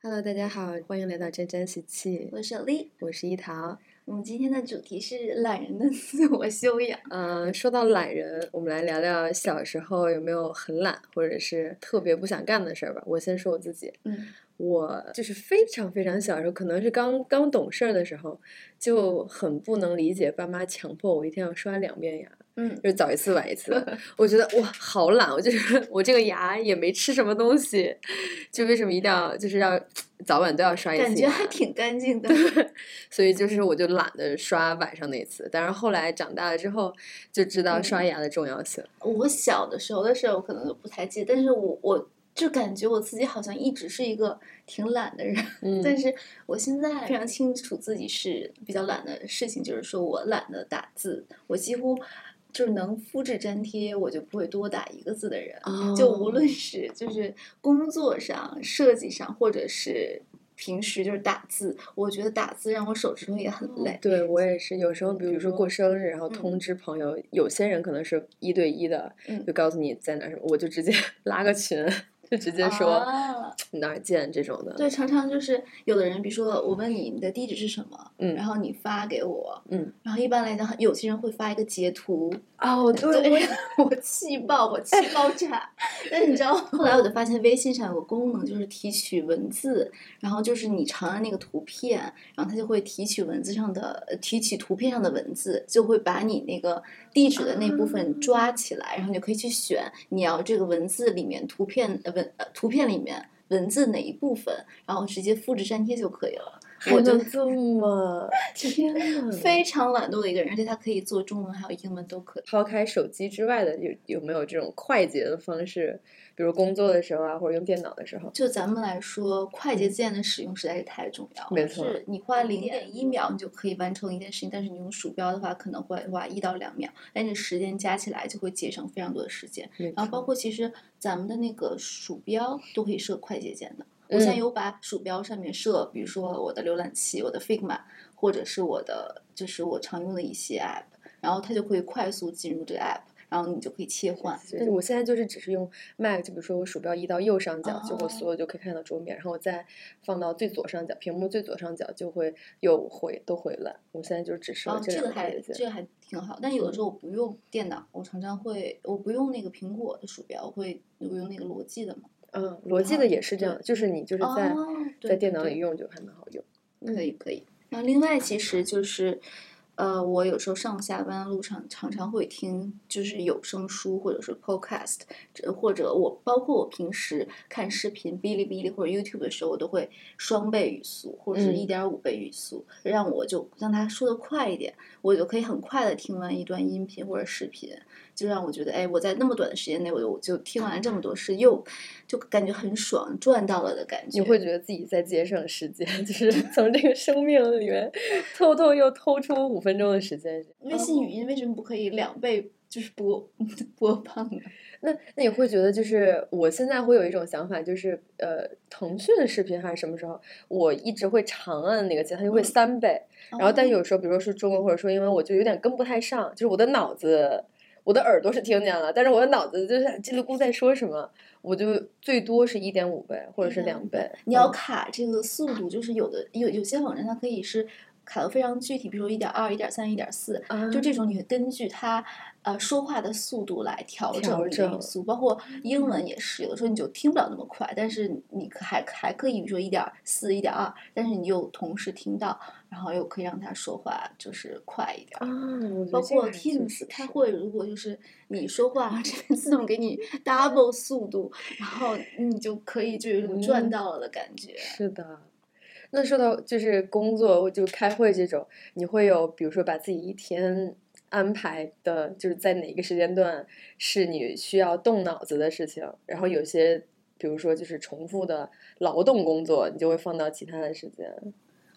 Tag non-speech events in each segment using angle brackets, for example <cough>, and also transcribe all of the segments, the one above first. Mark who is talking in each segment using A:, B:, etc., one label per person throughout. A: Hello，大家好，欢迎来到沾沾喜气，
B: 我是丽。
A: 我是一桃。
B: 我们今天的主题是懒人的自我修养。
A: 呃，说到懒人，我们来聊聊小时候有没有很懒，或者是特别不想干的事儿吧。我先说我自己，
B: 嗯，
A: 我就是非常非常小时候，可能是刚刚懂事儿的时候，就很不能理解爸妈强迫我一天要刷两遍牙，
B: 嗯，
A: 就是早一次晚一
B: <laughs>
A: 次。我觉得哇，好懒！我就是我这个牙也没吃什么东西，就为什么一定要就是要早晚都要刷一次牙？
B: 感觉还挺干净的。 <laughs>
A: 所以就是我就懒得刷晚上那一次，但是后来长大了之后就知道
B: 嗯
A: 刷牙的重要性。
B: 我小的时候的事儿，我可能都不太记得，但是我我就感觉我自己好像一直是一个挺懒的人。
A: 嗯
B: 但是我现在非常清楚自己是比较懒的事情，就是说我懒得打字，我几乎就是能复制粘贴，我就不会多打一个字的人。
A: 嗯
B: 就
A: 哦
B: 无论是就是工作上、设计上，或者是平时就是打字，我觉得打字让我手指头也很累。
A: 对我也是，有时候比如说过生日，然后通知朋友，有些人可能是一对一的，
B: 嗯
A: 就告诉你在哪儿什么，我就直接 <laughs> 拉个群，嗯就直接说
B: 啊
A: 哪儿见这种的。
B: 对，常常就是有的人，比如说我问你你的地址是什么，
A: 嗯
B: 然后你发给我，
A: 嗯，
B: 然后一般来讲，有些人会发一个截图，
A: 哦，
B: 对， <laughs> 我气爆，我气爆炸。 <laughs> 但是你知道，后来我就发现微信上有个功能，就是提取文字，然后就是你长按那个图片，然后它就会提取文字上的，呃提取图片上的文字，就会把你那个地址的那部分抓起来，然后你就可以去选你要这个文字里面图片呃文呃图片里面文字哪一部分，然后直接复制粘贴就可以了。
A: 我就这么 <laughs> 天呐。
B: 非常懒惰的一个人，而且它可以做中文还有英文都可以。
A: 抛开手机之外的，有有没有这种快捷的方式？比如工作的时候啊，或者用电脑的时候。
B: 就咱们来说，快捷键的使用实在是太重要了。
A: 没错
B: 是你花零点一秒，你就可以完成一件事情，但是你用鼠标的话，可能会花一到两秒，但是时间加起来就会节省非常多的时间。
A: 然
B: 然后包括其实咱们的那个鼠标都可以设快捷键的。我现在
A: 嗯
B: 有把鼠标上面设，比如说我的浏览器、我的 Figma，或者是我的就是我常用的一些 App，然后它就会快速进入这个 App，然后你就可以切换。
A: 对，我现在就是只是用 Mac，就比如说我鼠标移到右上角，就我
B: 哦
A: 所有就可以看到桌面，然后我再放到最左上角，屏幕最左上角就会又回都回来。我现在就只是
B: 哦，
A: 这
B: 这个
A: 两
B: 还
A: 个
B: 这个还挺好，但有的时候我不用电脑，我常常会我不用那个苹果的鼠标，我会我用那个罗技的嘛。
A: 嗯，逻辑的也是这样，就是你就是在、
B: 哦，对
A: 在
B: 对
A: 电脑
B: 对
A: 里用就还蛮好用。嗯
B: 可以可以。然后另外其实就是，呃，我有时候上下班路上常常会听就是有声书或者是 podcast，这或者我包括我平时看视频哔哩哔哩或者 YouTube 的时候，我都会双倍语速或者是
A: 嗯
B: 一点五倍语速，让我就让它说的快一点，我就可以很快的听完一段音频或者视频，就让我觉得哎，我在那么短的时间内，我就我就听完这么多事，又就感觉很爽，赚到了的感觉。
A: 你会觉得自己在节省时间， <laughs> 就是从这个生命里面偷偷又偷出五分钟的时间。
B: 微信语音为什么不可以两倍就是播 <laughs> 播放呢？
A: 那那你会觉得，就是我现在会有一种想法，就是呃，腾讯的视频还是什么时候，我一直会长按那个键，它就会
B: 嗯
A: 三倍。然后，但
B: 哦
A: 有时候，比如说是中文或者说英文，我就有点跟不太上，就是我的脑子，我的耳朵是听见了，但是我的脑子就是叽里咕在说什么，我就最多是一点五倍或者是两
B: 1.5
A: 倍。
B: 你要
A: 嗯
B: 卡这个速度，就是有的有有些网站它可以是卡的非常具体，比如说一点二、一点三、一点四，
A: 啊，
B: 就这种你会根据它呃说话的速度来调
A: 调
B: 整你的
A: 整嗯
B: 语速，包括英文也是，有的时候你就听不了那么快，但是你可还还可以，比如说一点四、一点二，但是你又同时听到，然后又可以让它说话就是快一点儿。
A: 啊，我觉
B: 包
A: 得这
B: 括
A: 个还确
B: Teams
A: 实
B: 开
A: 是
B: 会，如果就是你说话，然啊 <laughs> 后这边自动给你 double 速度，然后你就可以就有一种赚
A: 嗯
B: 到了的感觉。
A: 是的。那说到就是工作，就开会这种，你会有比如说把自己一天安排的，就是在哪一个时间段是你需要动脑子的事情，然后有些比如说就是重复的劳动工作，你就会放到其他的时间。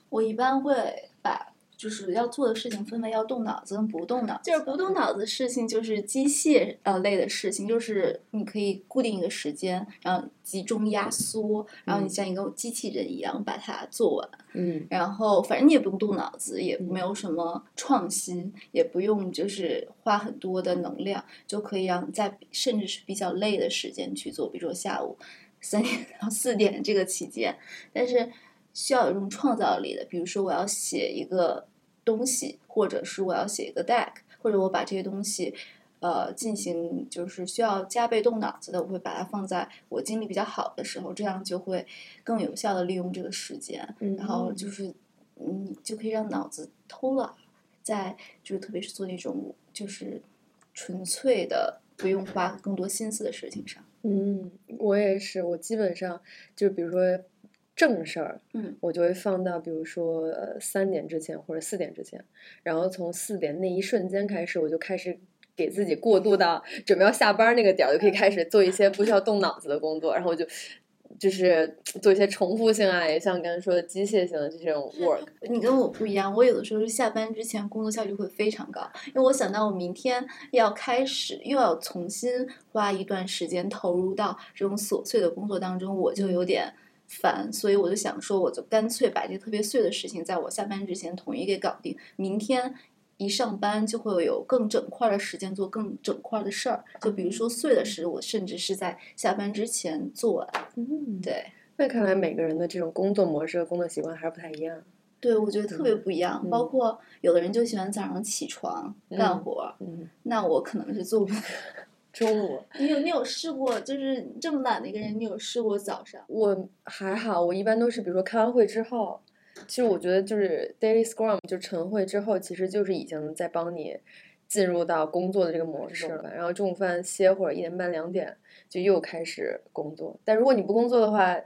B: 我一般会把就是要做的事情分为要动脑子跟不动脑子，就是不动脑子的事情就是机械呃类的事情，就是你可以固定一个时间，然后集中压缩，然后你
A: 嗯
B: 像一个机器人一样把它做完。
A: 嗯，
B: 然后反正你也不用动脑子，也没有什么创新，也不用就是花很多的能量，就可以让在甚至是比较累的时间去做，比如说下午三点到四点这个期间，但是需要有一种创造力的，比如说我要写一个东西，或者是我要写一个 deck，或者我把这些东西。呃，进行就是需要加倍动脑子的，我会把它放在我精力比较好的时候，这样就会更有效的利用这个时间，
A: 嗯
B: 然后就是你就可以让脑子偷懒，在就是特别是做那种就是纯粹的不用花更多心思的事情上，
A: 嗯，我也是，我基本上就比如说正事儿，
B: 嗯，
A: 我就会放到比如说呃三点之前或者四点之前，然后从四点那一瞬间开始，我就开始给自己过渡到准备要下班儿那个点儿，就可以开始做一些不需要动脑子的工作，然后我就就是做一些重复性啊，也像你刚才说的机械性的这种 work，
B: 你跟我不一样，我有的时候是下班之前工作效率会非常高，因为我想到我明天要开始又要重新花一段时间投入到这种琐碎的工作当中，我就有点烦，所以我就想说，我就干脆把这特别碎的事情在我下班之前统一给搞定，明天。一上班就会有更整块儿的时间做更整块儿的事儿，就比如说碎的事，我甚至是在下班之前做完。
A: 嗯，
B: 对，
A: 那看来每个人的这种工作模式和工作习惯还是不太一样，
B: 对，我觉得特别不一样。包
A: 嗯
B: 括有的人就喜欢早上起床干
A: 嗯
B: 活儿，
A: 嗯，
B: 那我可能是做不了。
A: 中午。
B: 你有你有试过，就是这么懒的一个人，你有试过早上？
A: 我还好，我一般都是比如说开完会之后，其实我觉得就是 daily scrum 就晨会之后，其实就是已经在帮你进入到工作的这个模式了。然后中午饭歇会儿，一点半两点就又开始工作。但如果你不工作的话，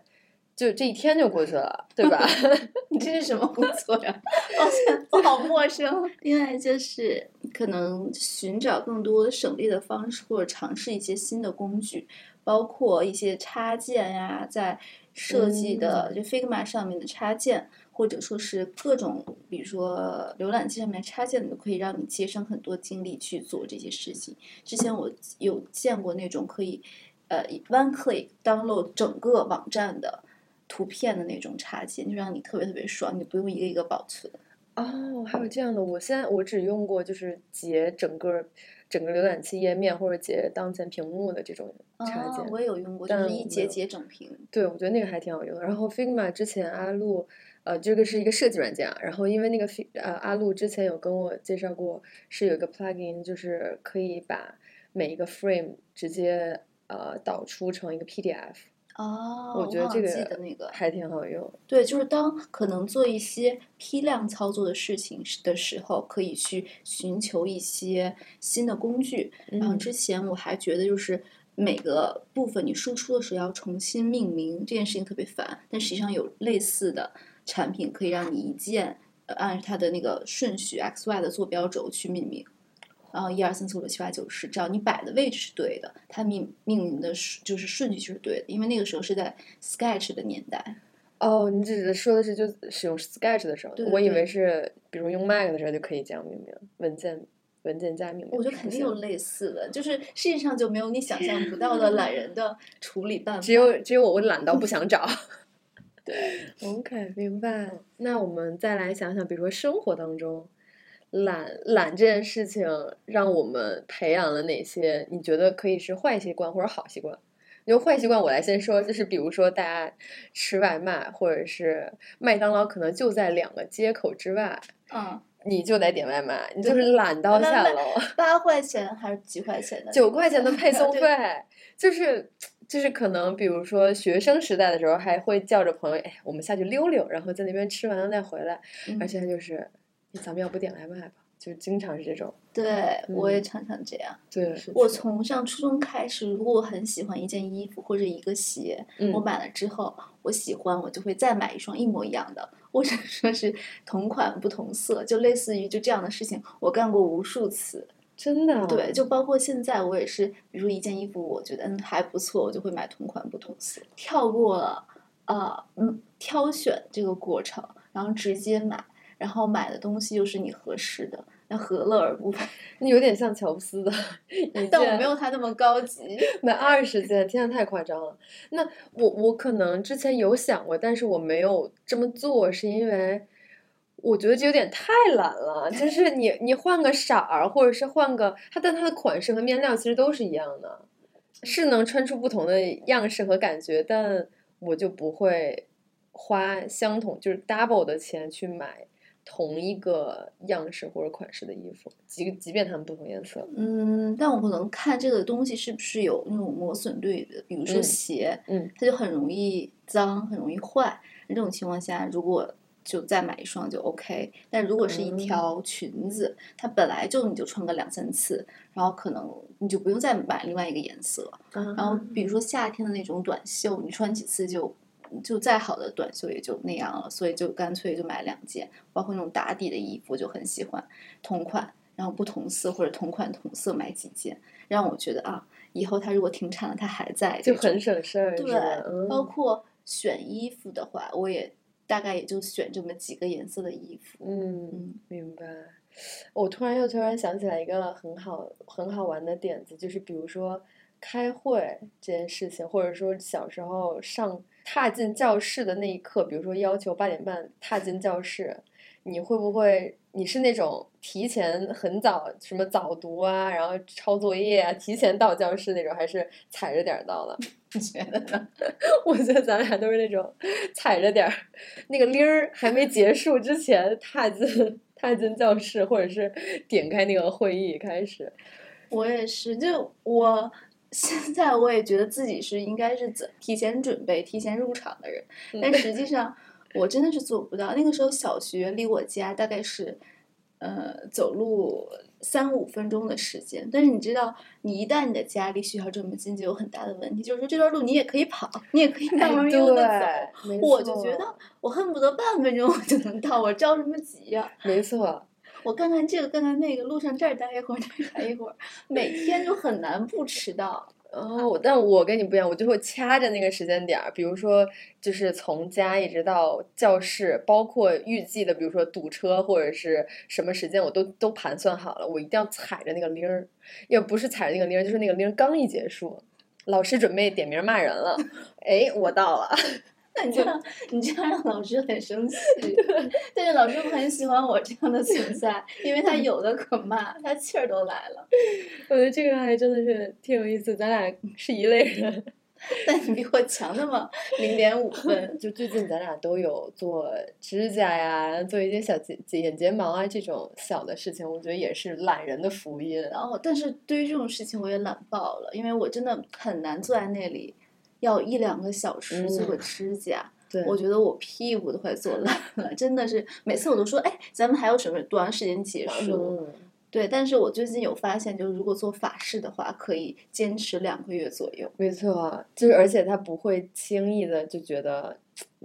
A: 就这一天就过去了，对吧？ <laughs>
B: 你这是什么工作呀？抱 <laughs> 歉，我好陌生。啊另外就是可能寻找更多省力的方式，或者尝试一些新的工具，包括一些插件呀、在设计的、就 Figma 上面的插件，或者说是各种，比如说浏览器上面的插件，都可以让你节省很多精力去做这些事情。之前我有见过那种可以，呃，one click download 整个网站的图片的那种插件，就让你特别特别爽，你不用一个一个保存。
A: 哦，还有这样的，我现在我只用过就是截整个整个浏览器页面或者截当前屏幕的这种插件。
B: 啊，我也有用过，就
A: 但
B: 是
A: 我没
B: 一节
A: 有
B: 节整屏。
A: 对，我觉得那个还挺好用的。然后 Figma 之前阿路，呃，这个是一个设计软件啊。然后因为那个 Fi 呃阿路之前有跟我介绍过，是有一个 plugin，就是可以把每一个 frame 直接呃导出成一个 PDF，
B: 哦，
A: 我觉得
B: 好
A: 这
B: 像记得
A: 个
B: 那个，
A: 还挺好用。
B: 对，就是当可能做一些批量操作的事情时的时候，可以去寻求一些新的工具。然后
A: 嗯
B: 之前我还觉得就是。每个部分你输出的时候要重新命名，这件事情特别烦。但实际上有类似的产品可以让你一键呃按它的那个顺序 x y 的坐标轴去命名，然后一二三四五六七八九十，只要你摆的位置是对的，它命命名的是就是顺序就是对的。因为那个时候是在 Sketch 的年代，
A: 哦，你只是说的是就使用 Sketch 的时候，
B: 对
A: 我以
B: 对
A: 为是比如用 Mac 的时候就可以这样命名文件文件加命名，
B: 我觉
A: 是不
B: 得肯定
A: 行
B: 有类似的，就是世界上就没有你想象不到的懒人的处理办法。
A: 只有只有我懒到不想找。 <laughs>
B: 对，
A: OK，明白。那我们再来想想，比如说生活当中，懒懒这件事情，让我们培养了哪些你觉得可以是坏习惯或者好习惯？就坏习惯，我来先说，就是比如说大家吃外卖，或者是麦当劳，可能就在两个街口之外，
B: 嗯，
A: 你就得点外卖，你就是懒 <laughs> 到
B: 外
A: 下
B: 卖
A: 楼，
B: 八块钱还是几块钱的？
A: 九块钱的配送
B: 对
A: 费，就是就是可能比如说学生时代的时候，还会叫着朋友，哎，我们下去溜溜，然后在那边吃完了再回来。
B: 嗯
A: 而且就是，哎咱们要不点外卖吧？就经常是这种。
B: 对，我也
A: 嗯
B: 常常这样。
A: 对，
B: 我从上初中开始，如果我很喜欢一件衣服或者一个鞋，
A: 嗯
B: 我买了之后我喜欢，我就会再买一双一模一样的，或者说是同款不同色，就类似于就这样的事情，我干过无数次。
A: 真的
B: 对，就包括现在我也是，比如说一件衣服，我觉得嗯还不错，我就会买同款不同色，跳过了呃嗯挑选这个过程，然后直接买，然后买的东西又是你合适的，那何乐而不为？ <laughs>
A: 你有点像乔布斯的 <laughs> 一件，
B: 但我没有他那么高级。
A: 买二十件，天啊，太夸张了。那我我可能之前有想过，但是我没有这么做，是因为我觉得这有点太懒了。就是你你换个色儿，或者是换个它，但它的款式和面料其实都是一样的。是能穿出不同的样式和感觉，但我就不会花相同就是 double 的钱去买同一个样式或者款式的衣服，即即便它们不同颜色。
B: 嗯，但我可能看这个东西是不是有那种磨损率的，比如说
A: 嗯
B: 鞋，
A: 嗯，
B: 它就很容易脏，很容易坏。那这种情况下，如果就再买一双就 OK。但如果是一
A: 嗯
B: 条裙子，它本来就你就穿个两三次，然后可能你就不用再买另外一个颜色。然后比如说夏天的那种短袖，你穿几次就就再好的短袖也就那样了，所以就干脆就买两件，包括那种打底的衣服就很喜欢同款，然后不同色或者同款同色买几件，让我觉得啊，以后它如果停产了，它还在
A: 就
B: 这种
A: 很省事儿，是
B: 对
A: 吧，嗯
B: 包括选衣服的话，我也大概也就选这么几个颜色的衣服， <laughs>
A: 嗯，
B: 嗯
A: 明白。我突然又突然想起来一个很好很好玩的点子，就是比如说开会这件事情，或者说小时候上踏进教室的那一刻，比如说要求八点半踏进教室，你会不会你是那种提前很早什么早读啊，然后抄作业啊，提前到教室那种，还是踩着点儿到的？
B: 你觉得呢？
A: <laughs> 我觉得咱俩都是那种 <laughs> 踩着点儿，那个铃儿还没结束之前踏进踏进教室，或者是点开那个会议开始。
B: 我也是，就我现在我也觉得自己是应该是怎提前准备、提前入场的人，
A: 嗯
B: 但实际上我真的是做不到。那个时候小学离我家大概是呃走路三五分钟的时间，但是你知道，你一旦你的家离学校这么近，就有很大的问题，就是说这段路你也可以跑，你也可以慢慢
A: 哎
B: 悠的走。
A: 对，没
B: 我就
A: 错
B: 觉得我恨不得半分钟我就能到，我着什么急呀、
A: 没错，
B: 我干干这个，干干那个，路上这儿待一会儿， <laughs> 那儿待一会儿，每天就很难不迟到。
A: 哦，但我跟你不一样，我就会掐着那个时间点儿，比如说就是从家一直到教室，包括预计的，比如说堵车或者是什么时间，我都都盘算好了，我一定要踩着那个铃儿，也不是踩着那个铃儿，就是那个铃儿刚一结束，老师准备点名骂人了，哎，我到了， <laughs>
B: 那你这样，你这样让老师很生气。但是老师很喜欢我这样的存在，因为他有的可骂，他气儿都来了。
A: 我觉得这个还真的是挺有意思，咱俩是一类人。
B: 但你比我强那么零点 <laughs> 五
A: <laughs>
B: 分。
A: 就最近咱俩都有做指甲呀，做一些小睫睫眼睫毛啊这种小的事情，我觉得也是懒人的福音。啊
B: 然后，但是对于这种事情我也懒爆了，因为我真的很难坐在那里，要一两个小时做个
A: 嗯
B: 指甲。
A: 对，
B: 我觉得我屁股都快坐烂了，真的是每次我都说，哎，咱们还有什么多长时间结束？
A: 嗯，
B: 对，但是我最近有发现，就是如果做法式的话，可以坚持两个月左右。
A: 没错，就是而且他不会轻易的就觉得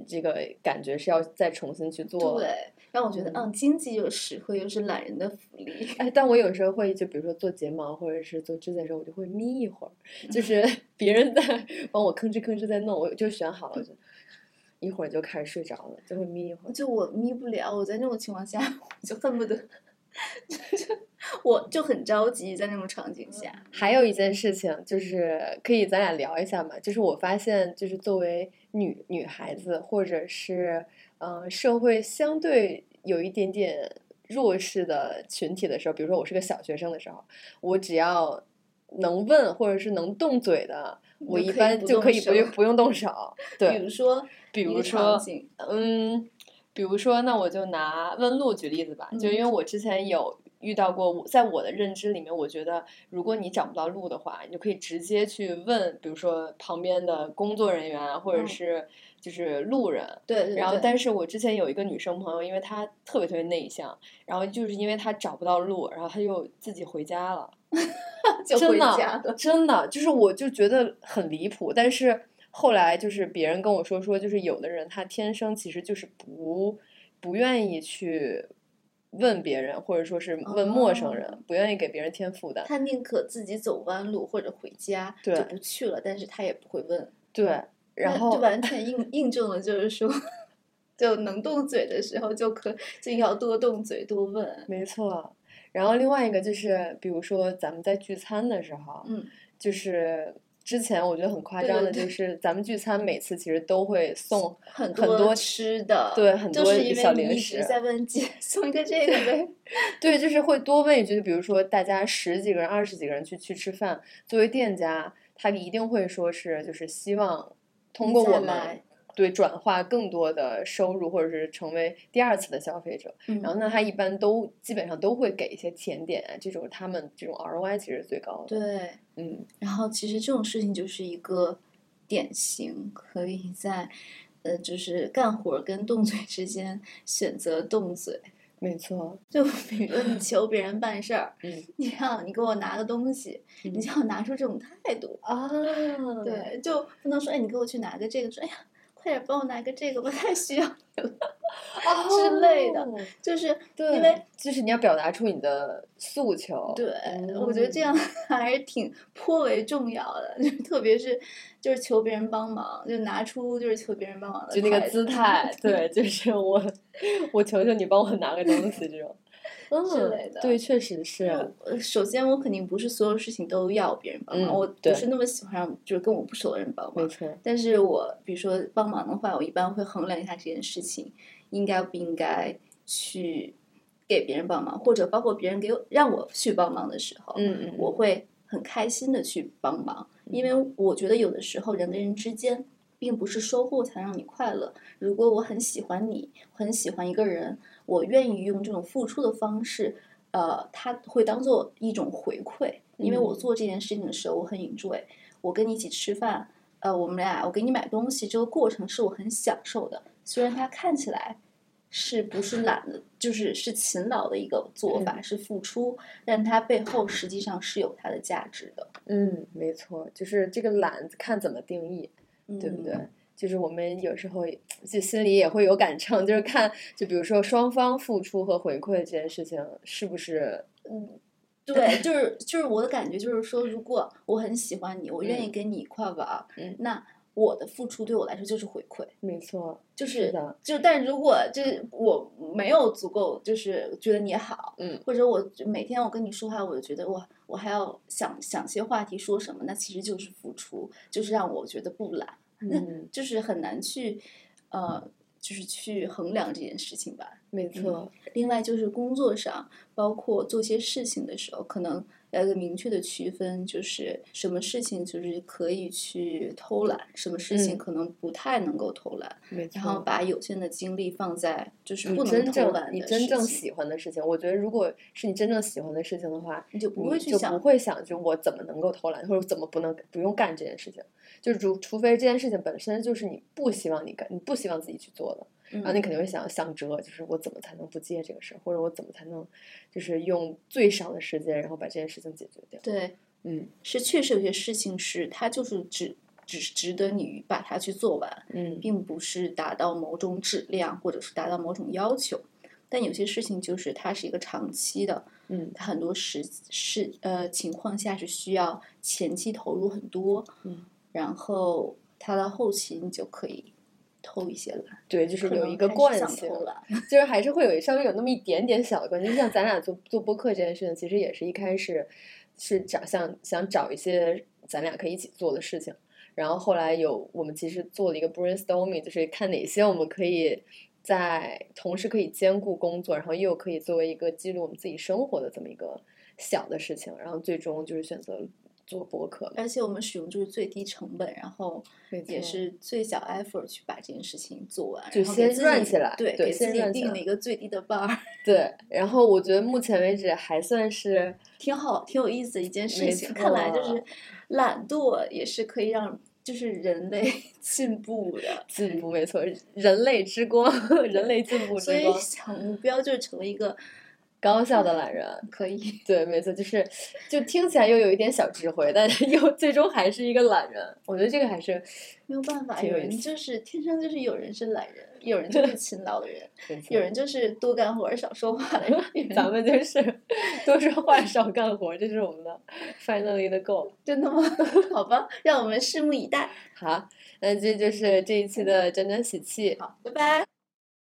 A: 这个感觉是要再重新去做。，
B: 对，让我觉得，嗯，经济又实惠，又是懒人的福利。
A: 哎，但我有时候会就比如说做睫毛或者是做指甲的时候，我就会眯一会儿，
B: <laughs>
A: 就是别人在帮我吭哧吭哧在弄，我就选好了，我就一会儿就开始睡着了，就会眯一会儿。
B: 就我眯不了，我在那种情况下， <laughs> 我就恨不得，我就很着急，在那种场景下，
A: 还有一件事情，就是可以咱俩聊一下嘛，就是我发现，就是作为女女孩子，或者是嗯、呃社会相对有一点点弱势的群体的时候，比如说我是个小学生的时候，我只要能问或者是能动嘴的，我
B: 你
A: 一
B: 可以
A: 般
B: 不
A: 就
B: 动
A: 可以不
B: 手
A: 用不用动手。
B: <laughs> 比
A: 对
B: 如，说
A: 比
B: 一个
A: 如
B: 场
A: 说，
B: 景，
A: 嗯，比如说，那我就拿问路举例子吧，就
B: 嗯
A: 因为我之前有遇到过，我在我的认知里面，我觉得如果你找不到路的话，你就可以直接去问，比如说旁边的工作人员啊或者
B: 嗯
A: 是就是路人。
B: 对对
A: 然后，
B: 对
A: 但是我之前有一个女生朋友，因为她特别特别内向，然后就是因为她找不到路，然后她就自己回家了。
B: 就
A: 真
B: 回
A: 的
B: 家了。
A: 真的就是我就觉得很离谱，但是后来就是别人跟我说说，就是有的人他天生其实就是不不愿意去问别人，或者说是问陌生人，
B: 哦
A: 不愿意给别人添负担。
B: 他宁可自己走弯路或者回家，
A: 对
B: 就不去了，但是他也不会问，
A: 对，然
B: 那
A: 后
B: 就完全印印证了，就是说， <laughs> 就能动嘴的时候就可就要多动嘴多问，
A: 没错，然后另外一个就是，比如说咱们在聚餐的时候，
B: 嗯，
A: 就是。之前我觉得很夸
B: 对
A: 张
B: 对
A: 的，就
B: 对
A: 是咱们聚餐每次其实都会送
B: 很
A: 很多
B: 吃的，
A: 对很
B: 呃就
A: 多
B: 是因
A: 小
B: 为你
A: 零
B: 一
A: 食
B: 直在问姐 <laughs> 送一个这个
A: <laughs>
B: 呗，
A: 对，就是会多问一句，就比如说大家十几个人、二十几个人去去吃饭，作为店家，他一定会说是就是希望通过
B: 再
A: 我们
B: 来
A: 对转化更多的收入，或者是成为第二次的消费者。
B: 嗯
A: 然后那他一般都基本上都会给一些甜点啊，这种他们这种 ROI 其实最高的。
B: 对，
A: 嗯，
B: 然后其实这种事情就是一个典型，可以在呃就是干活儿跟动嘴之间选择动嘴。
A: 没错，
B: 就比如你求别人办事儿，
A: 嗯
B: 你让你给我拿个东西，
A: 嗯
B: 你就要拿出这种态度。
A: 啊，
B: 对，就不能说哎，你给我去拿个这个，说哎呀，快点帮我拿个这个，我太需要 <laughs> 了。之类的
A: 哦
B: 就是
A: 对，
B: 因为
A: 就是你要表达出你的诉求。嗯
B: 对，我觉得这样 <laughs> 还是挺颇为重要的， <laughs> 就是特别是就是求别人帮忙，就拿出就是求别人帮忙的
A: 就那个
B: 态
A: 姿
B: 度
A: 态，对，就是我，我求求你帮我拿个东西这种，
B: 之
A: <laughs> 嗯，
B: 类的
A: 对，确实是，
B: 呃首先，我肯定不是所有事情都要别人帮忙，
A: 嗯
B: 我
A: 对
B: 不是那么喜欢让就是跟我不熟的人帮
A: 没
B: 忙。
A: 错，
B: 但是我比如说帮忙的话，我一般会衡量一下这件事情应该不应该去给别人帮忙，或者包括别人给我让我去帮忙的时候，
A: 嗯嗯，
B: 我会很开心的去帮忙，因为我觉得有的时候人跟人之间。并不是收获才让你快乐。如果我很喜欢你，很喜欢一个人，我愿意用这种付出的方式，呃，他会当做一种回馈，因为我
A: 嗯
B: 做这件事情的时候，我很 enjoy。我跟你一起吃饭，呃，我们俩我给你买东西，这个过程是我很享受的。虽然它看起来是不是懒的，就是是勤劳的一个做法，是付出，但它背后实际上是有它的价值的，
A: 嗯，没错，就是这个懒看怎么定义，对不对？ <laughs>
B: 嗯？
A: 就是我们有时候也就心里也会有杆秤，就是看，就比如说双方付出和回馈这件事情是不是，
B: 对，就是就是我的感觉就是说，如果我很喜欢你，我愿意
A: 嗯
B: 跟你一块玩儿，
A: 嗯
B: 那我的付出对我来说就是回馈。
A: 没 <laughs> 错，
B: 就是是
A: 的
B: 就，但如果就是我没有足够，就是觉得你好，
A: 嗯，
B: 或者我就每天我跟你说话，我就觉得我我还要想想些话题说什么，那其实就是付出，就是让我觉得不懒，
A: 嗯。
B: 就是很难去，呃，就是去衡量这件事情吧。嗯
A: 没错，
B: 另外就是工作上，包括做些事情的时候，可能要有个明确的区分，就是什么事情就是可以去偷懒，什么事情
A: 嗯
B: 可能不太能够偷懒。
A: 没错。
B: 然后把有限的精力放在就是
A: 嗯你
B: 不能
A: 真
B: 偷
A: 正
B: 懒
A: 你
B: 的
A: 真
B: 事
A: 正
B: 情
A: 喜欢的事情，我觉得如果是你真正喜欢的事情的话，
B: 你就不
A: 你
B: 会去
A: 就
B: 想
A: 不会想，就我怎么能够偷懒，或者怎么不能不用干这件事情，就是除除非这件事情本身就是你不希望你干，你不希望自己去做的，
B: 嗯
A: 然后你肯定会想想辙，就是我怎么才能不接这个事儿，或者我怎么才能就是用最少的时间，然后把这件事情解决掉。
B: 对，
A: 嗯
B: 是确实有些事情是它就是只只值得你把它去做完，
A: 嗯，
B: 并不是达到某种质量或者是达到某种要求。但有些事情就是它是一个长期的，
A: 嗯
B: 它很多时事呃情况下是需要前期投入很多，
A: 嗯，
B: 然后它到后期你就可以偷一些懒，
A: 对，就是
B: 可
A: 有
B: 能
A: 一个
B: 还是
A: 惯
B: 想
A: 性，
B: 偷懒，
A: 就是还是会有稍微有那么一点点小的关系。就像咱俩做做播客这件事情，其实也是一开始是找想想找一些咱俩可以一起做的事情，然后后来有我们其实做了一个 brainstorming，就是看哪些我们可以在同时可以兼顾工作，然后又可以作为一个记录我们自己生活的这么一个小的事情，然后最终就是选择做播客嘛。
B: 而且我们使用就是最低成本，然后
A: 没
B: 也
A: 错
B: 是最小 effort 去把这件事情做完，
A: 就
B: 然后给
A: 先
B: 自
A: 转
B: 己
A: 起来
B: 对，
A: 对
B: 给自
A: 先
B: 己
A: 转起
B: 定
A: 来
B: 了一个最低的 bar，
A: 对，然后我觉得目前为止还算是
B: 挺好，挺有意思的一件事
A: 没
B: 情。看来就
A: 错
B: 是懒惰也是可以让就是人类 <laughs> 进步的，
A: 进步，没错，人类之光，人类进步
B: 所
A: 之
B: 以
A: 光，
B: 小目标就是成为
A: <laughs>
B: 一个
A: 高效的懒人，
B: 可以，
A: 对，没错，就是就听起来又有一点小智慧，但是又最终还是一个懒人，我觉得这个还是
B: 没有办法，
A: 挺
B: 有
A: 有意
B: 人
A: 思
B: 就是天生就是有人是懒人，有人就是勤劳的人，
A: 没错
B: 有人就是多干活儿少说话
A: <laughs>
B: 的人，有人
A: 咱们就是 <laughs> 多说话少干活，这是我们的 finally 的 goal。
B: 真的吗？ <laughs> 好吧，让我们拭目以待。
A: 好，那这就是这一期的沾沾喜气，
B: 好，拜拜。